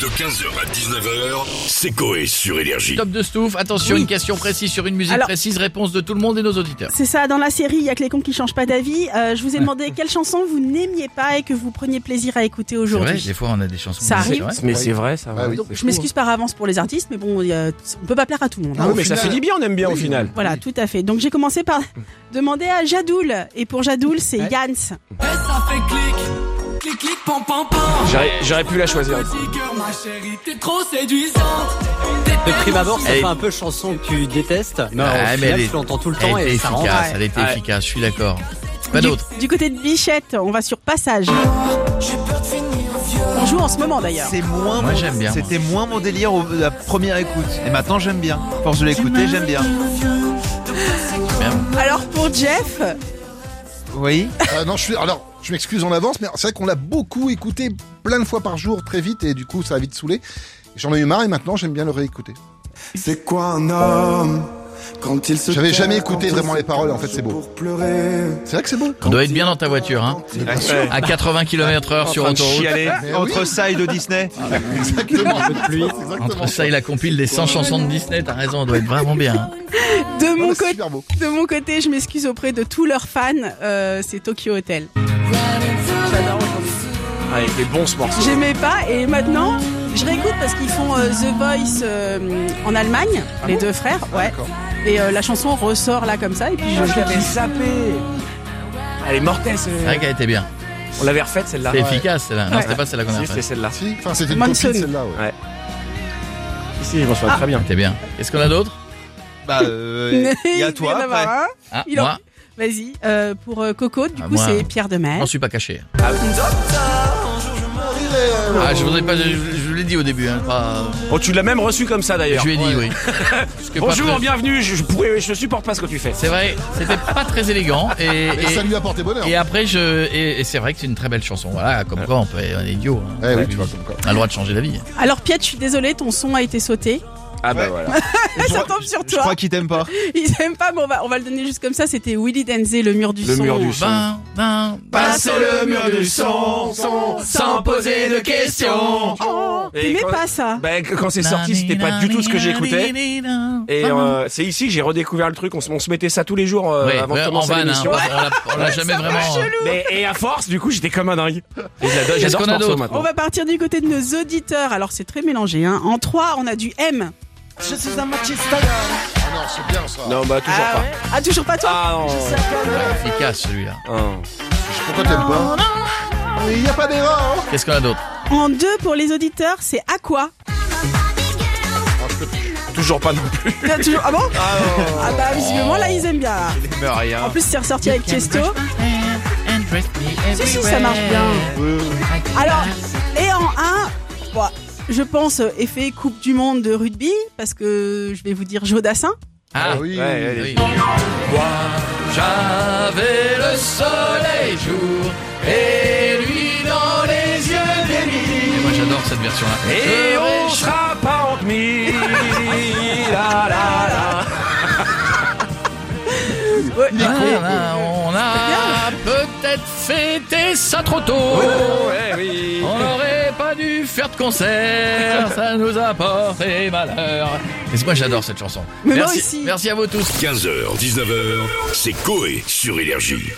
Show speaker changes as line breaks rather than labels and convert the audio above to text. De 15h à 19h, c'est Coé sur Énergie.
Top de stouff, attention,
Oui.
une question précise sur une musique
Alors-
précise, réponse de tout le monde et nos auditeurs.
C'est ça, dans la série, il y a que les cons qui changent pas d'avis. Euh, je vous ai demandé quelle chanson vous n'aimiez pas et que vous preniez plaisir à écouter aujourd'hui.
fois on a des chansons.
Ça
c'est
arrive.
vrai.
Mais c'est vrai, ça.
Ah oui.
Donc, je m'excuse par avance pour les artistes, mais bon, il y a- on peut pas plaire à tout le monde. hein.
Ah oui, mais ça fait du bien, on aime bien au
Oui.
final.
Voilà, tout à fait. Donc j'ai commencé par demander à Jadoul. Et pour Jadoul, c'est
Ouais.
Yans.
Et ça fait clic, clic, clic, pam, pam, pam.
J'aurais j'aurais pu la choisir.
Petit cœur, ma chérie, t'es trop séduisante. T'es
De prime abord, ça
Elle-
fait un peu chanson que tu détestes. Non,
Ah, mais elle est-
tu l'entends tout le temps
Elle était
et ça rend.
efficace, elle était
Ouais.
efficace, je suis d'accord. Pas
Du-
d'autre.
Du, côté de Bichette, on va sur Passage. On joue en ce moment d'ailleurs.
C'est moins
Moi,
mon-
j'aime bien,
C'était moins mon délire au- la première écoute. Et maintenant j'aime bien. Force de l'écouter, j'aime bien.
Alors pour Jeff,
Oui.
Ah non, je suis. Alors, je m'excuse en avance, mais c'est vrai qu'on l'a beaucoup écouté plein de fois par jour, très vite, et du coup, ça a vite saoulé. J'en ai eu marre et maintenant j'aime bien le réécouter.
C'est quoi un homme quand il se
J'avais
tait,
jamais écouté
quand il
vraiment
se
les paroles, en
cache
fait, c'est beau.
Pour pleurer.
C'est vrai que c'est beau.
On doit être bien dans ta voiture, hein.
Ouais.
À 80 km heure sur
En train de
autoroute.
chialer.
Mais
Entre
oui,
ça et de Disney.
exactement.
Entre ça et la compile des 100 chansons de Disney, t'as raison, on doit être vraiment bien. hein.
de mon,
Ouais, c'est
côté,
super beau.
de mon côté, je m'excuse auprès de tous leurs fans, euh, c'est Tokyo Hotel. J'adore aujourd'hui.
Ah, il était bon ce morceau.
J'aimais pas et maintenant je réécoute parce qu'ils font euh, The Voice euh, en Allemagne, les deux frères, ouais.
d'accord.
Et euh, la chanson ressort là comme ça et
Ah,
puis je, je l'avais.
zappé. Elle est mortelle,
C'est vrai
celle-là.
qu'elle était bien.
On l'avait refaite, celle-là.
C'était efficace, celle-là. Non,
Ouais.
c'était pas celle-là qu'on a
Ah Si,
fait.
c'était celle-là.
Si, enfin, c'était une copie de
Manson.
celle-là, ouais.
Si, je m'en souviens très bien.
C'était bien. Qu'est-ce qu'on a d'autre
Bah, euh, il y a toi
vient
après.
d'avoir un.
Ah,
Il en-
moi,
Vas-y, euh, pour euh, Coco, du
Ah,
coup
moi.
c'est Pierre de Mer.
j'en suis pas caché.
Euh,
Ah, je voudrais pas, je, je l'ai dit au début, hein. pas-
Oh, tu l'as même reçu comme ça d'ailleurs.
je lui ai dit, oui. Parce que pas
Bonjour,
très-
bienvenue. Je, je pourrais, je supporte pas ce que tu fais.
C'est vrai, c'était pas très élégant
Ah,
et,
Mais
et-
ça lui a porté bonheur.
et après je et, et c'est vrai que c'est une très belle chanson. Voilà, comme quoi on peut on est idiot. hein.
Eh oui, tu vois, comme quoi.
On a le droit de changer d'avis.
Alors Piet, je suis désolée, ton son a été sauté.
Ah bah voilà.
ça tombe sur
Je
toi.
crois qu'il t'aime pas.
Ils aiment pas, mais on va, on va le donner juste comme ça. C'était Willy Denzé, le mur du
Le
son.
mur du son.
Ben, ben, ben,
Passez le
mur du son,
sans poser de questions.
Oh,
Et
T'aimais
quand-
pas ça
Bah, quand c'est sorti, c'était pas du tout ce que j'écoutais. Et
Ah,
euh, c'est ici que j'ai redécouvert le truc. On, se- on se mettait ça tous les jours euh,
Ouais,
avant de
ouais, en
commencer
vanne, hein,
l'émission.
on l'a- on l'a jamais vraiment. hein.
Mais- et à force, du coup, j'étais comme un dingue. Et j'adore-
Qu'est-ce
J'adore
qu'on
ce
a
morceau
d'autre
On
maintenant.
va partir du côté de nos auditeurs. Alors c'est très mélangé. Hein. En 3, on a du M.
Je suis un machista.
Ah non, c'est bien ça.
Non, bah toujours
ah,
pas.
ouais. Ah, toujours pas toi
Ah non.
Efficace celui-là.
non.
Pourquoi t'aimes pas Il n'y a pas d'erreur. hein.
Qu'est-ce qu'on a d'autre
En 2, pour les auditeurs, c'est Aqua.
Toujours pas non plus.
T'as toujours... Ah bon Ah bah visiblement là ils aiment bien. là. En plus c'est ressorti avec Tiesto. Si si ça marche bien. Alors et en 1, je pense euh, effet Coupe du Monde de rugby parce que je vais vous dire Jodassin.
Ah
oui.
Ouais, elle est-
oui. Moi, j'avais le soleil jour et lui dans les yeux d'Émilie. Moi, j'adore cette version-là.
Et on
Je
sera pas en demi. La, la, la.
Ouais.
Ah, là, on a peut-être fêté ça trop tôt.
Oh, eh oui.
On n'aurait pas dû faire de concert, ça nous a porté malheur. Mais moi j'adore cette chanson.
Mais moi
merci,
aussi.
merci à vous tous.
15h, 19h, c'est Coé sur Énergie.